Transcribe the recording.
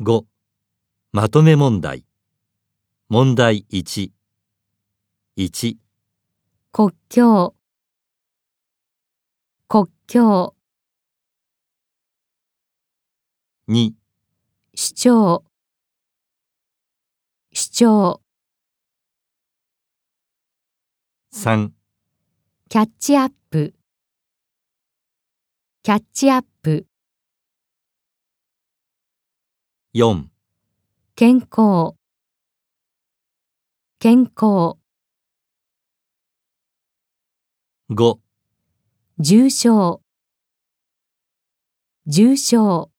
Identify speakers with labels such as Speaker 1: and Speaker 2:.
Speaker 1: 5まとめ問題問題11
Speaker 2: 国境国境
Speaker 1: 2
Speaker 2: 主張主張
Speaker 1: 3
Speaker 2: キャッチアップキャッチアップ
Speaker 1: 4
Speaker 2: 健康健康
Speaker 1: 5
Speaker 2: 重症重症